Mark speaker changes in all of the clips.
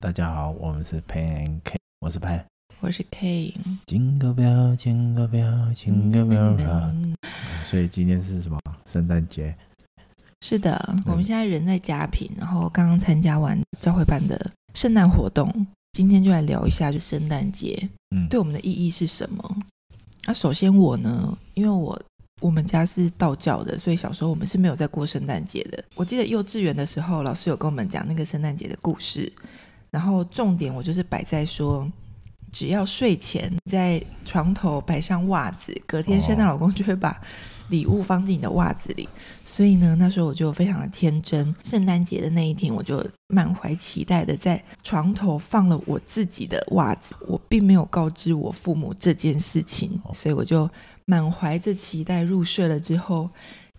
Speaker 1: 大家好，我们是 Pan and K，我是潘。
Speaker 2: 我是 K，
Speaker 1: 金个表，金个表，金个表啊！
Speaker 2: 嗯
Speaker 1: 所以今天是什么？圣诞节。
Speaker 2: 是的，我们现在人在嘉平，然后刚刚参加完教会办的圣诞活动，今天就来聊一下，就圣诞节
Speaker 1: 嗯，
Speaker 2: 对我们的意义是什么？那、首先我呢，因为我我们家是道教的，所以小时候我们是没有在过圣诞节的。我记得幼稚园的时候，老师有跟我们讲那个圣诞节的故事，然后重点我就是摆在说，只要睡前在床头摆上袜子，隔天圣诞
Speaker 1: 哦
Speaker 2: 老公就会把礼物放进你的袜子里。所以呢，那时候我就非常的天真，圣诞节的那一天，我就满怀期待的在床头放了我自己的袜子，我并没有告知我父母这件事情，所以我就满怀着期待入睡了。之后，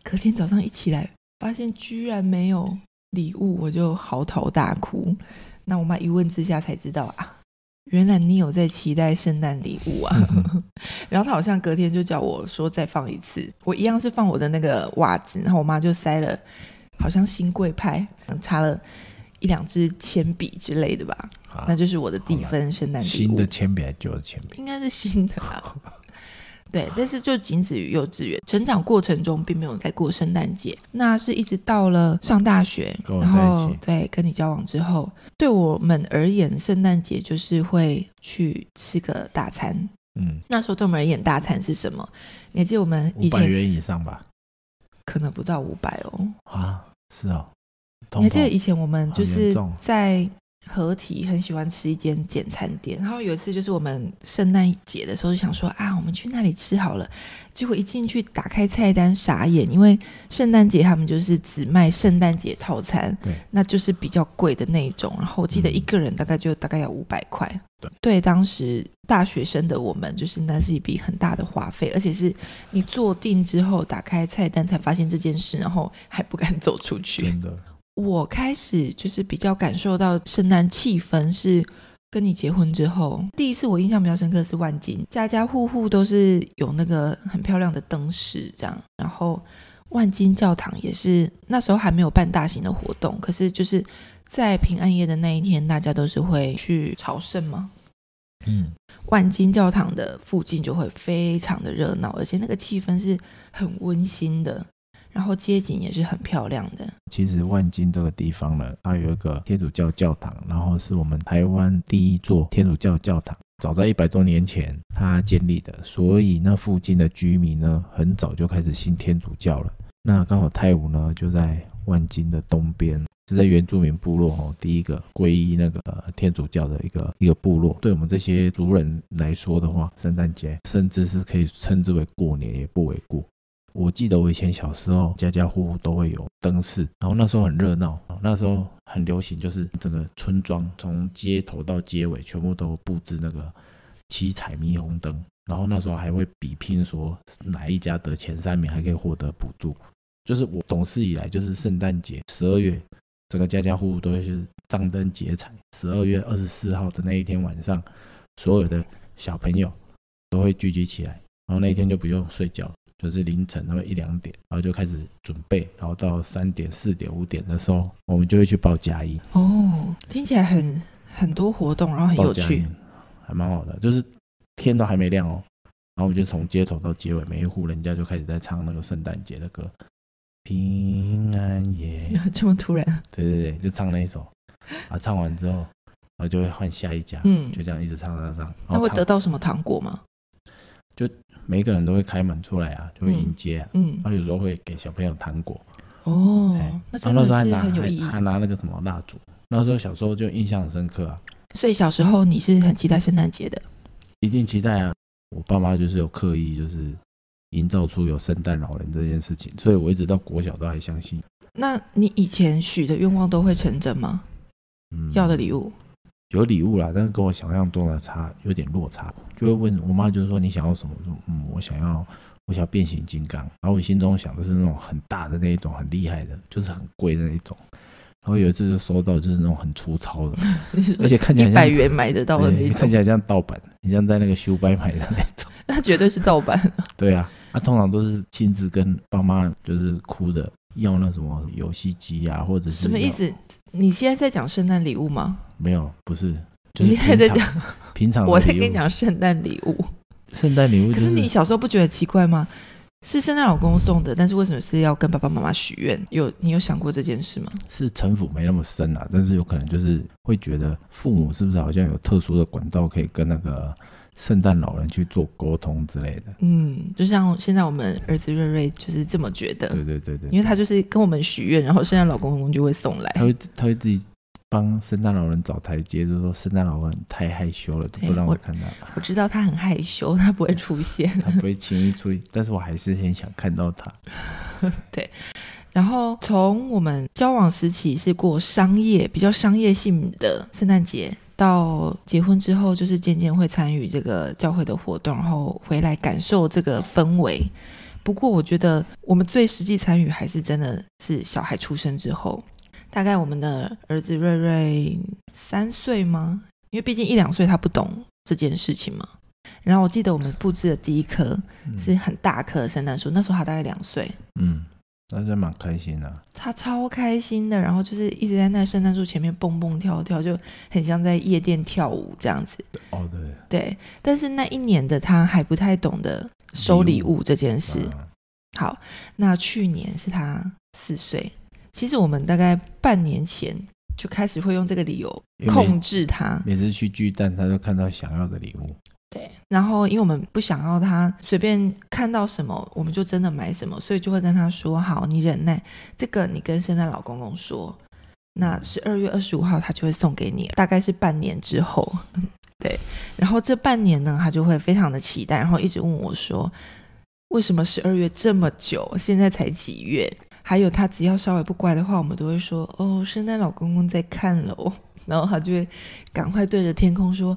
Speaker 2: 隔天早上一起来，发现居然没有礼物，我就嚎啕大哭。那我妈一问之下才知道啊，原来你有在期待圣诞礼物 啊。然后她好像隔天就叫我说再放一次，我一样是放我的那个袜子，然后我妈就塞了，好像新贵派，嗯插了一两支铅笔之类的吧。
Speaker 1: 好
Speaker 2: 那就是我的第一份圣诞礼物，
Speaker 1: 啊新的铅笔还是旧的铅笔？
Speaker 2: 应该是新的啊。对，但是就仅止于幼稚园，成长过程中并没有在过圣诞节，那是一直到了上大学，
Speaker 1: 跟我
Speaker 2: 然
Speaker 1: 在一
Speaker 2: 后
Speaker 1: 起
Speaker 2: 对跟你交往之后，对我们而言，圣诞节就是会去吃个大餐。
Speaker 1: 嗯，
Speaker 2: 那时候对我们而言，大餐是什么？你还记得我们以
Speaker 1: 五百
Speaker 2: 前
Speaker 1: 元以上吧？
Speaker 2: 可能不到五百哦，
Speaker 1: 啊，是哦。
Speaker 2: 你
Speaker 1: 通
Speaker 2: 还记得
Speaker 1: 膨
Speaker 2: 以前我们就
Speaker 1: 好严
Speaker 2: 是
Speaker 1: 重
Speaker 2: 在合体很喜欢吃一间简餐店，然后有一次就是我们圣诞节的时候就想说啊，我们去那里吃好了，结果一进去打开菜单傻眼，因为圣诞节他们就是只卖圣诞节套餐，
Speaker 1: 对，
Speaker 2: 那就是比较贵的那一种，然后我记得
Speaker 1: 嗯
Speaker 2: 一个人大概就大概要五百块，
Speaker 1: 对，
Speaker 2: 对，当时大学生的我们就是那是一笔很大的花费，而且是你坐定之后打开菜单才发现这件事，然后还不敢走出去，
Speaker 1: 真的
Speaker 2: 我开始就是比较感受到圣诞气氛是跟你结婚之后，第一次我印象比较深刻是万金，家家户户都是有那个很漂亮的灯饰这样，然后万金教堂也是那时候还没有办大型的活动，可是就是在平安夜的那一天，大家都是会去朝圣嘛，
Speaker 1: 嗯，
Speaker 2: 万金教堂的附近就会非常的热闹，而且那个气氛是很温馨的，然后街景也是很漂亮的。
Speaker 1: 其实万金这个地方呢，它有一个天主教教堂，然后是我们台湾第一座天主教教堂，早在一百多年前它建立的，所以那附近的居民呢，很早就开始信天主教了。那刚好泰武呢，就在万金的东边，就在原住民部落哦，第一个皈依那个呃天主教的一个一个部落。对我们这些族人来说的话，圣诞节甚至是可以称之为过年，也不为过。我记得我以前小时候，家家户户都会有灯饰，然后那时候很热闹，那时候很流行，就是整个村庄从街头到街尾全部都布置那个七彩霓虹灯，然后那时候还会比拼说哪一家得前三名还可以获得补助。就是我懂事以来，就是圣诞节十二月，整个家家户户都会是张灯结彩。十二月二十四号的那一天晚上，所有的小朋友都会聚集起来，然后那一天就不用睡觉，就是凌晨那么一两点，然后就开始准备，然后到三点、四点、五点的时候，我们就会去报佳音，
Speaker 2: 哦，听起来很很多活动，然后很
Speaker 1: 报
Speaker 2: 有
Speaker 1: 佳
Speaker 2: 趣
Speaker 1: 音。还蛮好的，就是天都还没亮哦，然后我们就从街头到街尾，每一户人家就开始在唱那个圣诞节的歌，平安夜。
Speaker 2: 这么突然，
Speaker 1: 对对对，就唱那一首啊，唱完之后，然后就会换下一家，
Speaker 2: 嗯
Speaker 1: 就这样一直唱唱唱，然
Speaker 2: 那
Speaker 1: 后
Speaker 2: 会
Speaker 1: 唱
Speaker 2: 得到什么糖果吗？
Speaker 1: 每一个人都会开门出来啊，就会迎接啊，
Speaker 2: 嗯，
Speaker 1: 然后有时候会给小朋友糖果，
Speaker 2: 哦
Speaker 1: 哎，
Speaker 2: 那
Speaker 1: 然
Speaker 2: 真
Speaker 1: 后
Speaker 2: 的
Speaker 1: 那时候还
Speaker 2: 是
Speaker 1: 拿
Speaker 2: 很有
Speaker 1: 还
Speaker 2: 意义。
Speaker 1: 还拿那个什么蜡烛，那时候小时候就印象很深刻啊，
Speaker 2: 所以小时候你是很期待圣诞节的，
Speaker 1: 一定期待啊，我爸妈就是有刻意就是营造出有圣诞老人这件事情，所以我一直到国小都还相信，
Speaker 2: 那你以前许的愿望都会成真吗？
Speaker 1: 嗯，
Speaker 2: 要的礼物，
Speaker 1: 有礼物啦，但是跟我想象中的差有点落差，就会问我妈，就是说你想要什么？我说嗯，我想要我想要变形金刚，然后我心中想的是那种很大的那一种，很厉害的，就是很贵的那一种。然后有一次就收到就是那种很粗糙 的，而且看起来
Speaker 2: 一
Speaker 1: 很
Speaker 2: 百
Speaker 1: 像
Speaker 2: 元买得到的那
Speaker 1: 对，看
Speaker 2: 种，
Speaker 1: 起来像盗版，你像在那个修白买的那种。
Speaker 2: 那绝对是盗 版。
Speaker 1: 对啊，他、通常都是亲自跟爸妈就是哭的，要那什么游戏机啊，或者是
Speaker 2: 什么意
Speaker 1: 要
Speaker 2: 思？你现在在讲圣诞礼物吗？
Speaker 1: 没有，不是，就
Speaker 2: 你
Speaker 1: 是
Speaker 2: 现在在
Speaker 1: 平
Speaker 2: 讲
Speaker 1: 常，平常的
Speaker 2: 我在
Speaker 1: 礼
Speaker 2: 跟你
Speaker 1: 物，
Speaker 2: 讲圣诞礼物。
Speaker 1: 圣诞礼物
Speaker 2: 可
Speaker 1: 就是
Speaker 2: 你小时候不觉得奇怪吗？是圣诞老公送的，但是为什么是要跟爸爸妈妈许愿？有你有想过这件事吗？
Speaker 1: 是城府没那么深啊，但是有可能就是会觉得父母是不是好像有特殊的管道可以跟那个圣诞老人去做沟通之类的。
Speaker 2: 嗯，就像现在我们儿子瑞瑞就是这么觉得，
Speaker 1: 对对对对，
Speaker 2: 呃因为他就是跟我们许愿，然后圣诞老公公就会送来
Speaker 1: 他。会自他会自己帮圣诞老人找台阶，就说圣诞老人太害羞了，都
Speaker 2: 对
Speaker 1: 不让我
Speaker 2: 哎我
Speaker 1: 看到，
Speaker 2: 我知道他很害羞，他不会出现。
Speaker 1: 他不会轻易出去，但是我还是很想看到他。
Speaker 2: 然后从我们交往时期是过商业比较商业性的圣诞节，到结婚之后就是渐渐会参与这个教会的活动，然后回来感受这个氛围。不过我觉得我们最实际参与还是真的是小孩出生之后，大概我们的儿子瑞瑞三岁吗？因为毕竟一两岁他不懂这件事情嘛。然后我记得我们布置的第一棵
Speaker 1: 嗯
Speaker 2: 是很大棵的圣诞树，那时候他大概两岁，
Speaker 1: 嗯，那真蛮开心的、
Speaker 2: 他超开心的，然后就是一直在那圣诞树前面蹦蹦跳跳，就很像在夜店跳舞这样子。
Speaker 1: 哦，对，
Speaker 2: 对，但是那一年的他还不太懂得收礼物嗯这件事。
Speaker 1: 啊
Speaker 2: 好，那去年是他四岁，其实我们大概半年前就开始会用这个理由
Speaker 1: 因为
Speaker 2: 控
Speaker 1: 每
Speaker 2: 制他。
Speaker 1: 每次去巨蛋，他就看到想要的礼 物。
Speaker 2: 对，然后因为我们不想要他随便看到什么，我们就真的买什么，所以就会跟他说：“好，你忍耐，这个你跟圣诞老公公说，那十二月二十五号他就会送给你，大概是半年之后。” 对，然后这半年呢，他就会非常的期待，然后一直问我说：“为什么十二月这么久？现在才几月？”还有他只要稍微不乖的话，我们都会说：“哦，圣诞老公公在看喽。” 然后他就会赶快对着天空说：“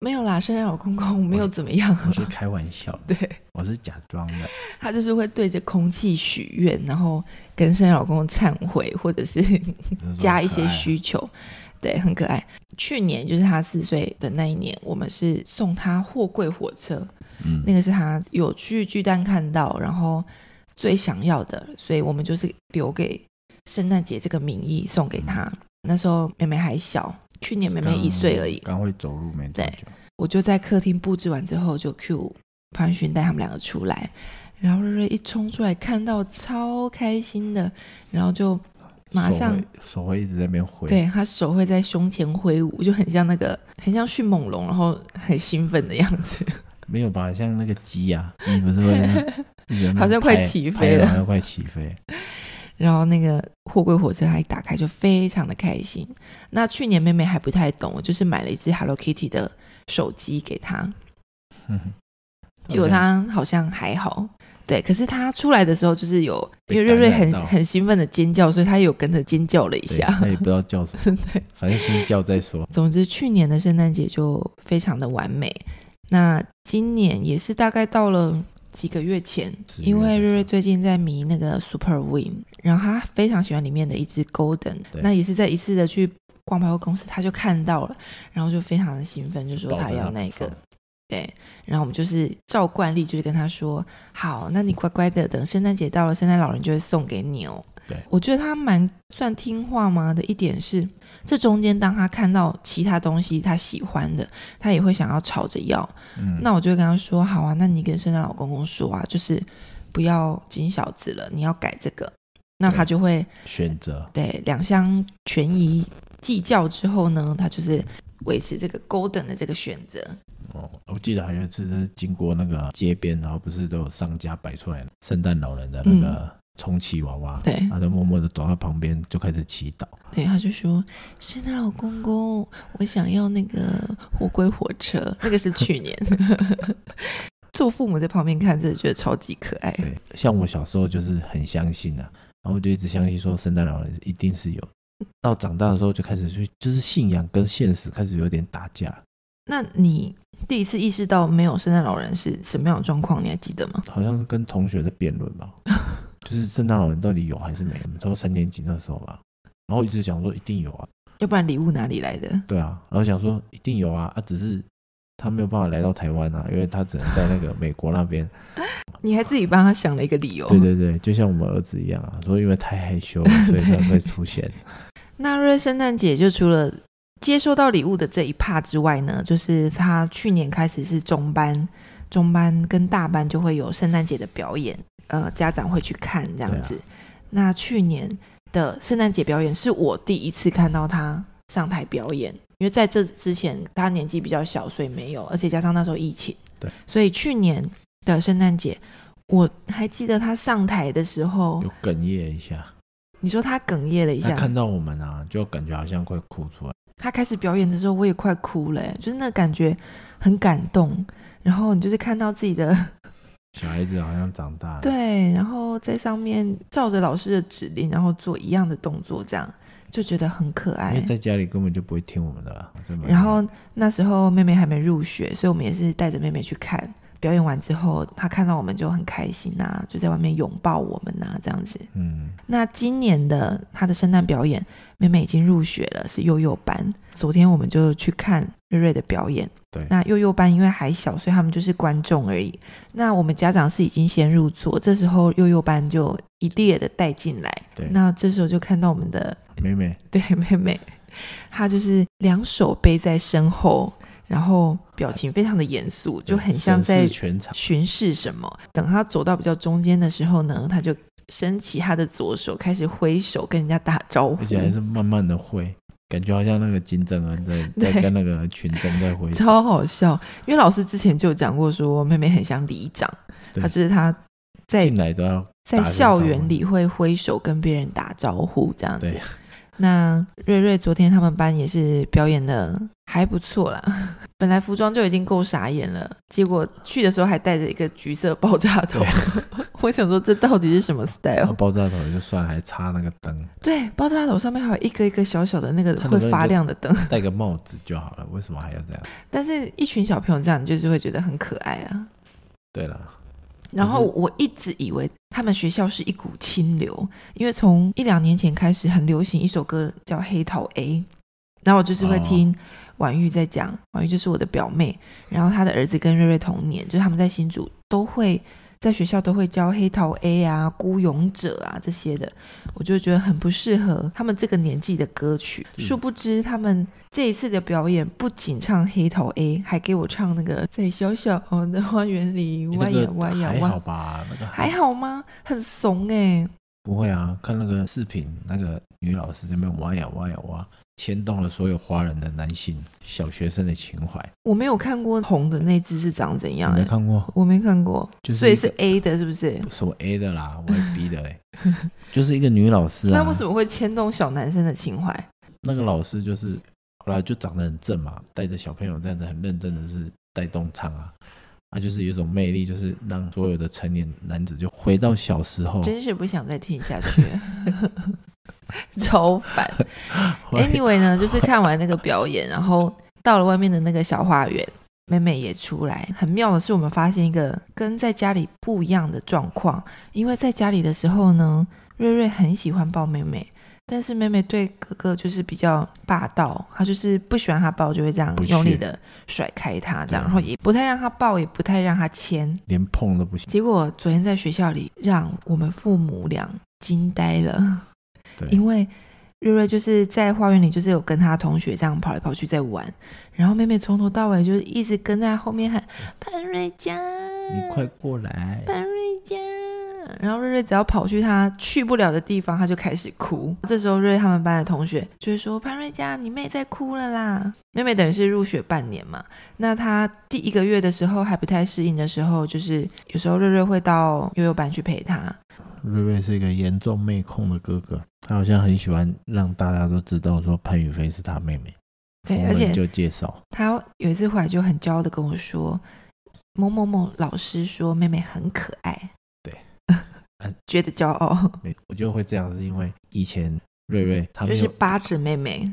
Speaker 2: 没有啦，圣诞老公公没有怎么样。
Speaker 1: 我是开玩笑的，
Speaker 2: 对
Speaker 1: 我是假装的。
Speaker 2: 他就是会对着空气许愿，然后跟圣诞老公公忏悔，或者 是
Speaker 1: 就是说
Speaker 2: 加
Speaker 1: 很
Speaker 2: 一
Speaker 1: 可
Speaker 2: 些
Speaker 1: 爱啊
Speaker 2: 需求，对，很可爱。去年就是他四岁的那一年，我们是送他货柜火车，
Speaker 1: 嗯，
Speaker 2: 那个是他有去巨蛋看到，然后最想要的，所以我们就是留给圣诞节这个名义送给他。
Speaker 1: 嗯
Speaker 2: 那时候妹妹还小，去年妹妹一岁而已，
Speaker 1: 刚会走路没多
Speaker 2: 对
Speaker 1: 久。
Speaker 2: 我就在客厅布置完之后，就 Q 潘勋带他们两个出来，然后瑞瑞一冲出来，看到超开心的，然后就马
Speaker 1: 手
Speaker 2: 上
Speaker 1: 会手会一直在那边挥，
Speaker 2: 对他手会在胸前挥舞，就很像那个很像迅猛龙，然后很兴奋的样子。
Speaker 1: 没有吧？像那个鸡啊，鸡不是 会那样一直在那边
Speaker 2: 好像快
Speaker 1: 拍
Speaker 2: 起
Speaker 1: 拍
Speaker 2: 飞
Speaker 1: 得
Speaker 2: 了
Speaker 1: 好像快起 飞。
Speaker 2: 然后那个货柜火车还打开，就非常的开心。那去年妹妹还不太懂，我就是买了一只 Hello Kitty 的手机给她，结果他好像还好，对。可是他出来的时候，就是有因
Speaker 1: 被
Speaker 2: 为瑞瑞
Speaker 1: 感染
Speaker 2: 很
Speaker 1: 到
Speaker 2: 很兴奋的尖叫，所以他也有跟着尖叫了一
Speaker 1: 对
Speaker 2: 下。
Speaker 1: 他也不知道叫什 么，
Speaker 2: 对，
Speaker 1: 反正先叫再说。
Speaker 2: 总之去年的圣诞节就非常的完美。那今年也是大概到了几个月前，
Speaker 1: 10
Speaker 2: 因
Speaker 1: 月
Speaker 2: 为
Speaker 1: 的
Speaker 2: 瑞瑞
Speaker 1: 时候
Speaker 2: 最近在迷那个 Super Win，然后他非常喜欢里面的一只 Golden，
Speaker 1: 对
Speaker 2: 那也是在一次的去逛百货公司，他就看到了，然后就非常的兴奋，就 说
Speaker 1: 保
Speaker 2: 他
Speaker 1: 证
Speaker 2: 要
Speaker 1: 不
Speaker 2: 那个
Speaker 1: 放。
Speaker 2: 对，然后我们就是照惯例，就是跟他说：“好，那你乖乖的，等圣诞节到了，圣诞老人就会送给你哦。”
Speaker 1: 对
Speaker 2: 我觉得他蛮算听话吗的一点是，这中间当他看到其他东西他喜欢的，他也会想要吵着要。
Speaker 1: 嗯，
Speaker 2: 那我就会跟他说：“好啊，那你跟圣诞老公公说啊，就是不要金小子了，你要改这个。”那他
Speaker 1: 对
Speaker 2: 就会
Speaker 1: 选择
Speaker 2: 对，两相权宜计较之后呢，他就是维持这个 golden 的这个选择。
Speaker 1: 哦，我记得还有一次是经过那个街边，然后不是都有商家摆出来圣诞老人的那个充气娃娃，
Speaker 2: 嗯对
Speaker 1: 他就默默的走到旁边就开始祈祷，
Speaker 2: 对，他就说：“圣诞老公公，我想要那个火龟火车。”那个是去年。 做父母在旁边看，真的觉得超级可爱。
Speaker 1: 对，像我小时候就是很相信啊，然后我就一直相信说圣诞老人一定是有。到长大的时候就开始去，就是信仰跟现实开始有点打架，
Speaker 2: 那你第一次意识到没有圣诞老人是什么样的状况？你还记得吗？
Speaker 1: 好像是跟同学在辩论吧， 就是圣诞老人到底有还是没有？差不多三年级那时候吧，然后一直想说一定有啊，
Speaker 2: 要不然礼物哪里来的？
Speaker 1: 对啊，然后想说一定有啊，啊只是他没有办法来到台湾啊，因为他只能在那个美国那 边。
Speaker 2: 你还自己帮他想了一个理由。
Speaker 1: 对对对，就像我们儿子一 样啊，说因为太害羞了，所以才会出现。
Speaker 2: 那瑞圣诞节就除了接收到礼物的这一趴之外呢，就是他去年开始是中班，中班跟大班就会有圣诞节的表演，呃，家长会去看这样
Speaker 1: 啊
Speaker 2: 子。那去年的圣诞节表演是我第一次看到他上台表演，因为在这之前他年纪比较小，所以没有，而且加上那时候疫情，
Speaker 1: 对，
Speaker 2: 所以去年的圣诞节。我还记得他上台的时候，
Speaker 1: 有哽咽一下，
Speaker 2: 你说他哽咽了一
Speaker 1: 他
Speaker 2: 下，
Speaker 1: 看到我们啊，就感觉好像快哭出来。
Speaker 2: 他开始表演的时候，我也快哭了欸，就是那感觉很感动。然后你就是看到自己的
Speaker 1: 小孩子好像长大了，，
Speaker 2: 对，然后在上面照着老师的指令，然后做一样的动作，这样就觉得很可
Speaker 1: 因为
Speaker 2: 爱。
Speaker 1: 在家里根本就不会听我们的啊、真的
Speaker 2: 然后那时候妹妹还没入学，所以我们也是带着妹妹去看。表演完之后，她看到我们就很开心啊，就在外面拥抱我们啊，这样子。
Speaker 1: 嗯，
Speaker 2: 那今年的她的圣诞表演，妹妹已经入学了，是幼幼班。昨天我们就去看瑞瑞的表演。
Speaker 1: 对
Speaker 2: 那幼幼班因为还小，所以他们就是观众而已。那我们家长是已经先入座，这时候幼幼班就一列的带进来。
Speaker 1: 对
Speaker 2: 那这时候就看到我们的
Speaker 1: 妹妹
Speaker 2: 对妹妹，她就是两手背在身后，然后表情非常的严肃，就很像
Speaker 1: 审
Speaker 2: 在
Speaker 1: 视全场，
Speaker 2: 巡视什么。等他走到比较中间的时候呢，他就升起他的左手，开始挥手跟人家打招呼
Speaker 1: 而，且还是慢慢的会，感觉好像那个金正恩在在
Speaker 2: 对
Speaker 1: 跟那个群众在挥手，
Speaker 2: 超好笑。因为老师之前就有讲过说妹妹很像里长，
Speaker 1: 对
Speaker 2: 她就是她在
Speaker 1: 进来都要
Speaker 2: 在
Speaker 1: 打声
Speaker 2: 校
Speaker 1: 招
Speaker 2: 园
Speaker 1: 呼
Speaker 2: 里会挥手跟别人打招呼这样子
Speaker 1: 对。
Speaker 2: 那瑞瑞昨天他们班也是表演的还不错啦， 本来服装就已经够傻眼了，结果去的时候还带着一个橘色爆炸头， 我想说这到底是什么 style？
Speaker 1: 那爆炸头也就算了，还插那个灯，
Speaker 2: 对，爆炸头上面还有一个一个小小的那个
Speaker 1: 它能
Speaker 2: 会
Speaker 1: 不能
Speaker 2: 发
Speaker 1: 就
Speaker 2: 亮的灯，
Speaker 1: 戴个帽子就好了，为什么还要这样？
Speaker 2: 但是一群小朋友这样，你就是会觉得很可爱啊。
Speaker 1: 对了，
Speaker 2: 然
Speaker 1: 可
Speaker 2: 后
Speaker 1: 是
Speaker 2: 我一直以为他们学校是一股清流，因为从一两年前开始很流行一首歌叫《黑桃 A》，然后我就是会
Speaker 1: 哦
Speaker 2: 听婉玉在讲，婉玉就是我的表妹，然后她的儿子跟瑞瑞同年，就是他们在新竹都会在学校都会教《黑桃 A》啊、《孤勇者啊》这些的，我就觉得很不适合他们这个年纪的歌曲。
Speaker 1: 嗯
Speaker 2: 殊不知他们这一次的表演不仅唱《黑桃 A》，还给我唱那个在小小的花园里
Speaker 1: 你
Speaker 2: 弯
Speaker 1: 那
Speaker 2: 呀
Speaker 1: 个
Speaker 2: 弯呀
Speaker 1: 还
Speaker 2: 弯
Speaker 1: 好。吧，那个
Speaker 2: 还好吗？很怂哎、
Speaker 1: 不会啊，看那个视频，那个女老师在那边挖呀挖呀挖，牵动了所有华人的男性小学生的情怀。
Speaker 2: 我没有看过红的那只是长怎样、
Speaker 1: 你没
Speaker 2: 欸，
Speaker 1: 看过？
Speaker 2: 我没看过，
Speaker 1: 就是
Speaker 2: 所以
Speaker 1: 一
Speaker 2: 是
Speaker 1: 个
Speaker 2: A 的，是不是？
Speaker 1: 什么 A 的 啦，我也 B 的嘞，就是一个女老师
Speaker 2: 那
Speaker 1: 啊
Speaker 2: 为。什么会牵动小男生的情怀？
Speaker 1: 那个老师就是，后来就长得很正嘛，带着小朋友这样子很认真的是带动唱啊，啊，就是有一种魅力，就是让所有的成年男子就回到小时候。
Speaker 2: 真是不想再听下去了， 超烦。
Speaker 1: 后来
Speaker 2: Anyway 呢，就是看完那个表演，然后到了外面的那个小花园，妹妹也出来。很妙的是，我们发现一个跟在家里不一样的状况，因为在家里的时候呢，瑞瑞很喜欢抱妹妹。但是妹妹对哥哥就是比较霸道，她就是不喜欢他抱，就会这样
Speaker 1: 不屑嗯
Speaker 2: 用力的甩开他，这样，
Speaker 1: 对
Speaker 2: 然后也不太让他抱，也不太让他牵，
Speaker 1: 连碰都不行，
Speaker 2: 结果昨天在学校里，让我们父母俩惊呆了，
Speaker 1: 对，
Speaker 2: 因为瑞瑞就是在花园里，就是有跟他同学这样跑来跑去在玩，然后妹妹从头到尾就是一直跟在后面喊潘瑞佳，
Speaker 1: 你快过来，
Speaker 2: 潘瑞佳。然后瑞瑞只要跑去他去不了的地方，他就开始哭。这时候瑞瑞他们班的同学就会说：“潘瑞佳，你妹在哭了啦！”妹妹等于是入学半年嘛，那她第一个月的时候还不太适应的时候，就是有时候瑞瑞会到悠悠班去陪她。
Speaker 1: 瑞瑞是一个严重妹控的哥哥，他好像很喜欢让大家都知道说潘宇飞是他妹妹，
Speaker 2: 对
Speaker 1: 逢
Speaker 2: 而且
Speaker 1: 人就介绍，
Speaker 2: 她有一次回来就很骄傲的跟我说：“某某某老师说妹妹很可爱。”
Speaker 1: 对啊
Speaker 2: 嗯，觉得骄傲，
Speaker 1: 没我就会这样，是因为以前瑞瑞他
Speaker 2: 就
Speaker 1: 没
Speaker 2: 是
Speaker 1: 有
Speaker 2: 巴着妹妹。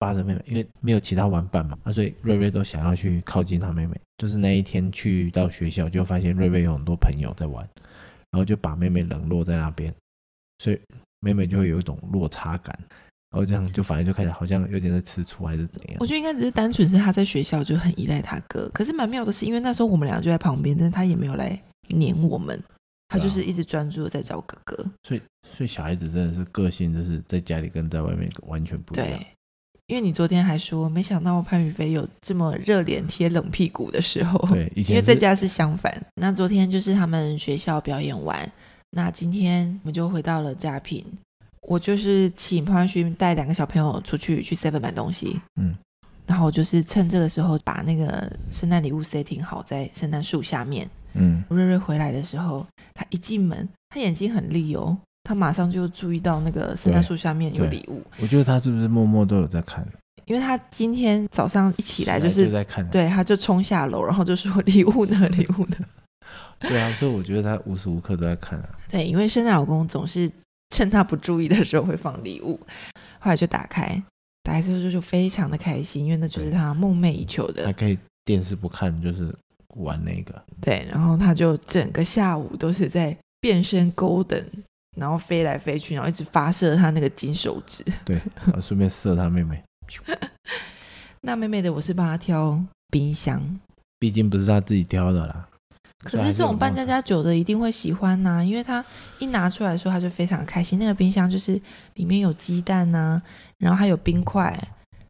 Speaker 1: 扒着妹妹，因为没有其他玩伴嘛，啊，所以瑞瑞都想要去靠近他妹妹。就是那一天去到学校，就发现瑞瑞有很多朋友在玩，然后就把妹妹冷落在那边，所以妹妹就会有一种落差感，然后这样就反而就开始好像有点在吃醋还是怎样
Speaker 2: 我。觉得应该只是单纯是他在学校就很依赖他哥，可是蛮妙的是，因为那时候我们俩就在旁边，但是他也没有来黏我们，他
Speaker 1: 对啊
Speaker 2: 就是一直专注的在找哥哥。
Speaker 1: 所以小孩子真的是个性，就是在家里跟在外面完全不一样
Speaker 2: 对。，因为你昨天还说，没想到潘宇飞有这么热脸贴冷屁股的时候。
Speaker 1: 对，以前
Speaker 2: 因为在
Speaker 1: 是
Speaker 2: 家是相反。那昨天就是他们学校表演完，那今天我们就回到了嘉平。我就是请潘勋带两个小朋友出去去 Seven 买东西，
Speaker 1: 嗯，
Speaker 2: 然后我就是趁这个时候把那个圣诞礼物 setting 好在圣诞树下面。
Speaker 1: 嗯，
Speaker 2: 瑞瑞回来的时候，他一进门，他眼睛很利哦，他马上就注意到那个圣诞树下面有
Speaker 1: 对
Speaker 2: 礼物，
Speaker 1: 我觉得他是不是默默都有在看？
Speaker 2: 因为他今天早上一起来就是
Speaker 1: 在看，
Speaker 2: 对，他就冲下楼，然后就说 礼物呢，礼物呢。
Speaker 1: 对啊，所以我觉得他无时无刻都在看啊。
Speaker 2: 对，因为圣诞老公总是趁他不注意的时候会放礼物，后来就打开，打开之后就就非常的开心，因为那就是
Speaker 1: 对哎
Speaker 2: 他梦寐以求
Speaker 1: 还
Speaker 2: 的。
Speaker 1: 可以电视不看，就是玩那个。
Speaker 2: 对，然后他就整个下午都是在变身 Golden，然后飞来飞去，然后一直发射他那个金手指。
Speaker 1: 对， 然后顺便射他妹妹。
Speaker 2: 那妹妹的我是帮她挑冰箱，
Speaker 1: 毕竟不是他自己挑的啦。啊
Speaker 2: 可是这种扮家家酒的一定会喜欢呐、因为他一拿出来的时候他就非常开心。那个冰箱就是里面有鸡蛋呐、然后还有冰块。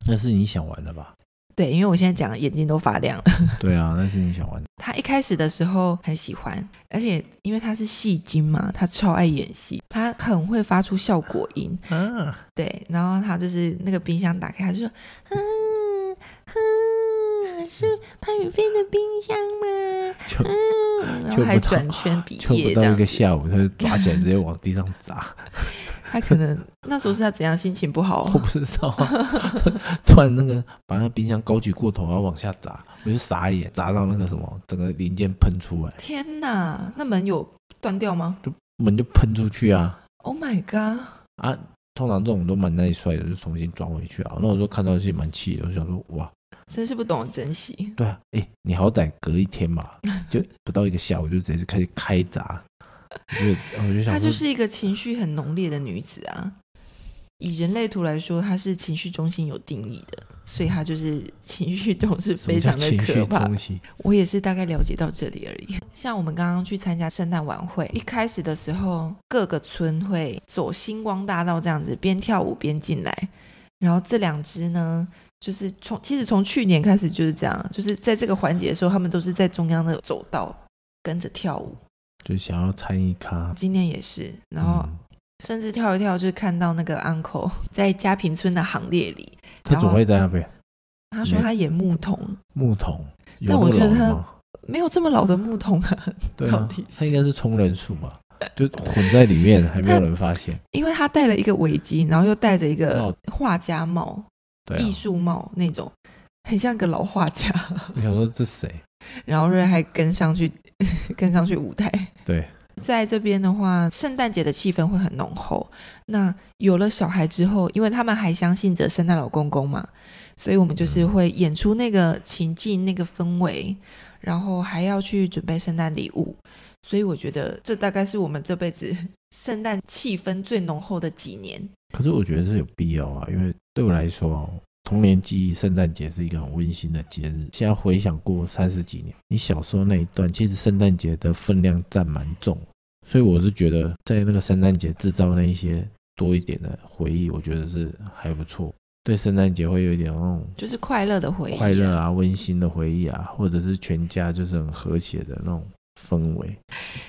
Speaker 1: 那是你想玩的吧？
Speaker 2: 对，因为我现在讲眼睛都发亮了。
Speaker 1: 对啊，那是你想玩的。
Speaker 2: 他一开始的时候很喜欢，而且因为他是戏精嘛，他超爱演戏，他很会发出效果音。
Speaker 1: 啊，
Speaker 2: 对，然后他就是那个冰箱打开，他就说：“嗯嗯，是潘宇飞的冰箱吗？”
Speaker 1: 就
Speaker 2: 嗯，然后
Speaker 1: 就
Speaker 2: 还
Speaker 1: 不到
Speaker 2: 转圈比
Speaker 1: 就不
Speaker 2: 耶这
Speaker 1: 到一
Speaker 2: 样
Speaker 1: 个。下午，他就抓起来直接往地上 砸。
Speaker 2: 他可能那时候是他怎样心情不好、
Speaker 1: 我
Speaker 2: 啊
Speaker 1: 不？知道啊，突然那个把那冰箱高举过头，然后往下砸，我就傻眼，砸到那个什么，整个零件喷出来，
Speaker 2: 天哪，那门有断掉吗
Speaker 1: 门就喷出去啊
Speaker 2: ？Oh my god！
Speaker 1: 啊！通常这种都蛮耐摔的，就重新装回去啊。那我就看到是蛮气的，我想说哇，
Speaker 2: 真是不懂得珍惜。
Speaker 1: 对啊，哎、你好歹隔一天 嘛，就不到一个下午就直接开始开砸，我就我就想
Speaker 2: 她
Speaker 1: 说
Speaker 2: 就是一个情绪很浓烈的女子啊。以人类图来说，她是情绪中心有定义的，所以她就是情绪总是
Speaker 1: 什么
Speaker 2: 非
Speaker 1: 叫
Speaker 2: 常的
Speaker 1: 情绪
Speaker 2: 可怕
Speaker 1: 中。心？
Speaker 2: 我也是大概了解到这里而已。像我们刚刚去参加圣诞晚会，一开始的时候，各个村会走星光大道这样子，边跳舞边进来。然后这两支呢，就是从其实从去年开始就是这样，就是在这个环节的时候，他们都是在中央的走道跟着跳舞。
Speaker 1: 就想要参与咖，
Speaker 2: 今年也是，然后
Speaker 1: 嗯
Speaker 2: 甚至跳一跳，就看到那个 uncle 在嘉平村的行列里，
Speaker 1: 他
Speaker 2: 然后
Speaker 1: 总会在那边
Speaker 2: 他说
Speaker 1: 没
Speaker 2: 他演牧童，
Speaker 1: 木桶，有
Speaker 2: 但我
Speaker 1: 木
Speaker 2: 觉得
Speaker 1: 桶
Speaker 2: 他
Speaker 1: 吗？
Speaker 2: 没有这么老的牧童啊，
Speaker 1: 对
Speaker 2: 到
Speaker 1: 啊
Speaker 2: 底，
Speaker 1: 他
Speaker 2: 是
Speaker 1: 应该是冲人数吧，就混在里面，还没有人发现。
Speaker 2: 因为他戴了一个围巾，然后又戴着一个
Speaker 1: 帽
Speaker 2: 画家帽、
Speaker 1: 对啊
Speaker 2: 艺，术帽那种，很像个老画家。
Speaker 1: 我想说这谁？
Speaker 2: 然后瑞还跟上去， 跟上去舞台。
Speaker 1: 对，
Speaker 2: 在这边的话，圣诞节的气氛会很浓厚。那有了小孩之后，因为他们还相信着圣诞老公公嘛，所以我们就是
Speaker 1: 嗯
Speaker 2: 会演出那个情境、那个氛围，然后还要去准备圣诞礼物。所以我觉得这大概是我们这辈子圣诞气氛最浓厚的几年。
Speaker 1: 可是我觉得是有必要啊，因为对我来说哦，童年记忆，圣诞节是一个很温馨的节日。现在回想过三十几年，你小时候那一段，其实圣诞节的分量占蛮重，所以我是觉得在那个圣诞节制造那一些多一点的回忆，我觉得是还不错。对圣诞节会有一点那种
Speaker 2: 就是快乐的回忆、
Speaker 1: 快乐。啊、温馨的回忆啊，或者是全家就是很和谐的那种氛围。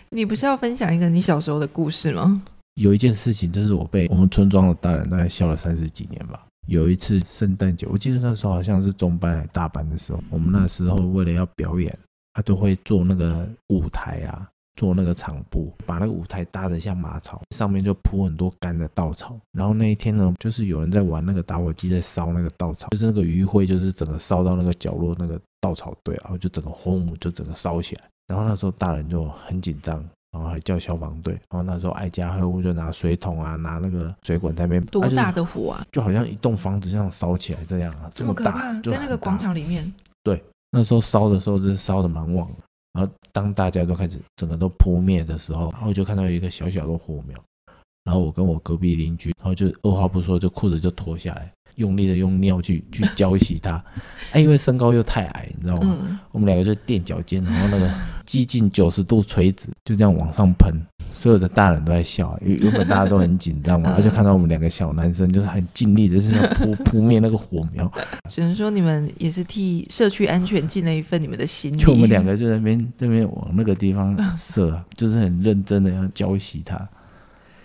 Speaker 2: 你不是要分享一个你小时候的故事吗？
Speaker 1: 有一件事情，就是我被我们村庄的大人大概笑了三十几年吧。有一次圣诞节，我记得那时候好像是中班还大班的时候，我们那时候为了要表演，他都会做那个舞台啊，做那个场布，把那个舞台搭得像马槽，上面就铺很多干的稻草。然后那一天呢，就是有人在玩那个打火机，在烧那个稻草，就是那个余晖，就是整个烧到那个角落那个稻草堆，然后就整个轰，就整个烧起来。然后那时候大人就很紧张，然后还叫消防队。然后那时候挨家挨户就拿水桶啊，拿那个水管在那边，
Speaker 2: 多
Speaker 1: 啊就是
Speaker 2: 大的火啊！
Speaker 1: 就好像一栋房子这样烧起来这样啊，
Speaker 2: 这
Speaker 1: 么
Speaker 2: 么可
Speaker 1: 大
Speaker 2: 怕，，
Speaker 1: 就
Speaker 2: 在那
Speaker 1: 很
Speaker 2: 个
Speaker 1: 大
Speaker 2: 广。场里面。
Speaker 1: 那时候烧的时候，真是烧的蛮旺的。然后当大家都开始整个都扑灭的时候，然后我就看到有一个小小的火苗，然后我跟我隔壁邻居，然后就二话不说就裤子就脱下来，用力的用尿去去浇熄它。哎，因为身高又太矮，你知道吗？
Speaker 2: 嗯，
Speaker 1: 我们两个就垫脚尖，然后那个几近九十度垂直，就这样往上喷，所有的大人都在笑，原原本大家都很紧张嘛，而且看到我们两个小男生就是很尽力的是要扑扑灭那个火苗，
Speaker 2: 只能说你们也是替社区安全尽了一份你们的心力。
Speaker 1: 就我们两个就在那边那边往那个地方射啊，就是很认真的要教习他。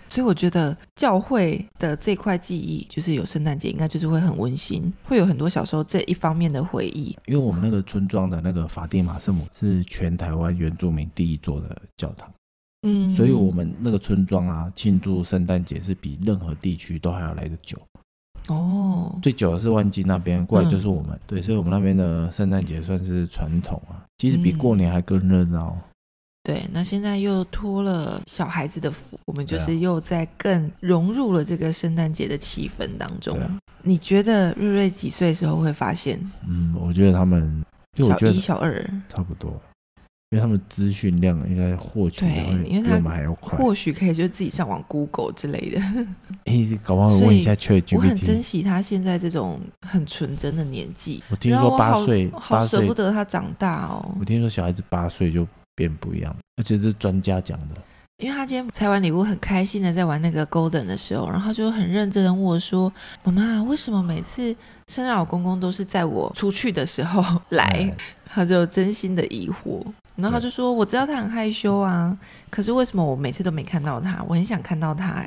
Speaker 2: 所以我觉得教会的这块记忆，就是有圣诞节，应该就是会很温馨，会有很多小时候这一方面的回忆。
Speaker 1: 因为我们那个村庄的那个法蒂玛圣母是全台湾原住民第一座的教堂，
Speaker 2: 嗯
Speaker 1: 所以我们那个村庄啊，庆祝圣诞节是比任何地区都还要来得久。
Speaker 2: 哦，
Speaker 1: 最久的是万金那边，
Speaker 2: 嗯
Speaker 1: 过来就是我们。对，所以我们那边的圣诞节算是传统啊，其实比
Speaker 2: 嗯
Speaker 1: 过年还更热闹。
Speaker 2: 对，那现在又托了小孩子的福，我们就
Speaker 1: 对啊
Speaker 2: 是又在更融入了这个圣诞节的气氛当中。
Speaker 1: 对啊
Speaker 2: 你觉得瑞瑞几岁的时候会发现
Speaker 1: 嗯，我觉得他们，因为我
Speaker 2: 小
Speaker 1: 觉
Speaker 2: 一、
Speaker 1: 得
Speaker 2: 小二？
Speaker 1: 差不多，因为他们资讯量应该获取的
Speaker 2: 对
Speaker 1: 会比
Speaker 2: 因为他
Speaker 1: 我们还要快。
Speaker 2: 或许可以就自己上网 Google 之类的。
Speaker 1: 诶，搞不好
Speaker 2: 所
Speaker 1: 问一
Speaker 2: 以
Speaker 1: 下
Speaker 2: 我很珍
Speaker 1: ChatGPT。
Speaker 2: 惜他现在这种很纯真的年纪。
Speaker 1: 我听
Speaker 2: 然后
Speaker 1: 说
Speaker 2: 我
Speaker 1: 八
Speaker 2: 好
Speaker 1: 岁，
Speaker 2: 好
Speaker 1: 八
Speaker 2: 舍
Speaker 1: 岁
Speaker 2: 不得他长大哦
Speaker 1: 我，听说小孩子八岁就变不一样，而且是专家讲的。
Speaker 2: 因为他今天拆完礼物很开心的在玩那个 Golden 的时候，然后他就很认真的问我说：“妈妈，为什么每次圣诞老公公都是在我出去的时候 来
Speaker 1: 嗯？”
Speaker 2: 他就真心的疑惑，然后他就说：“我知道他很害羞啊，可是为什么我每次都没看到他？我很想看到他、欸，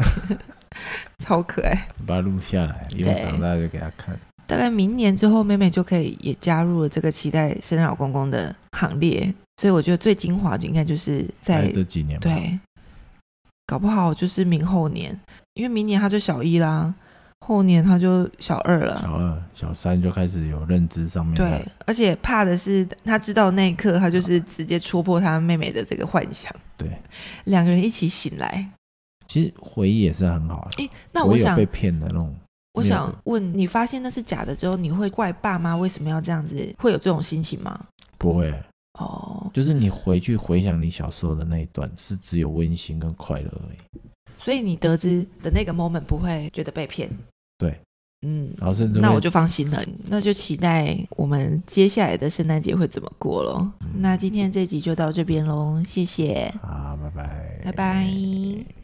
Speaker 2: 超可爱。”
Speaker 1: 把它录下来，以后
Speaker 2: 对
Speaker 1: 长大就给他看。
Speaker 2: 大概明年之后，妹妹就可以也加入了这个期待圣诞老公公的行列。所以我觉得最精华就应该就是
Speaker 1: 大
Speaker 2: 在
Speaker 1: 概这几年吧，
Speaker 2: 对，搞不好就是明后年，因为明年他就小一啦，后年他就小二了。
Speaker 1: 小二、小三就开始有认知上面
Speaker 2: 对
Speaker 1: 的，，
Speaker 2: 而且怕的是他知道那一刻，他就是直接戳破他妹妹的这个幻想，
Speaker 1: 对。
Speaker 2: 两个人一起醒来。
Speaker 1: 其实回忆也是很好的。
Speaker 2: 诶，那
Speaker 1: 我
Speaker 2: 我
Speaker 1: 也有
Speaker 2: 想
Speaker 1: 被骗的那种，
Speaker 2: 我
Speaker 1: 没有
Speaker 2: 想问，你发现那是假的之后，你会怪爸妈为什么要这样子？会有这种心情吗？
Speaker 1: 不会，
Speaker 2: 哦，
Speaker 1: 就是你回去回想你小时候的那一段，是只有温馨跟快乐而已。
Speaker 2: 所以你得知的那个 moment 不会觉得被骗。
Speaker 1: 对，
Speaker 2: 嗯，
Speaker 1: 然后甚至
Speaker 2: 那
Speaker 1: 会
Speaker 2: 我就放心了，那就期待我们接下来的圣诞节会怎么过
Speaker 1: 嗯
Speaker 2: 喽。那今天这集就到这边喽，谢谢，
Speaker 1: 啊，拜拜，
Speaker 2: 拜拜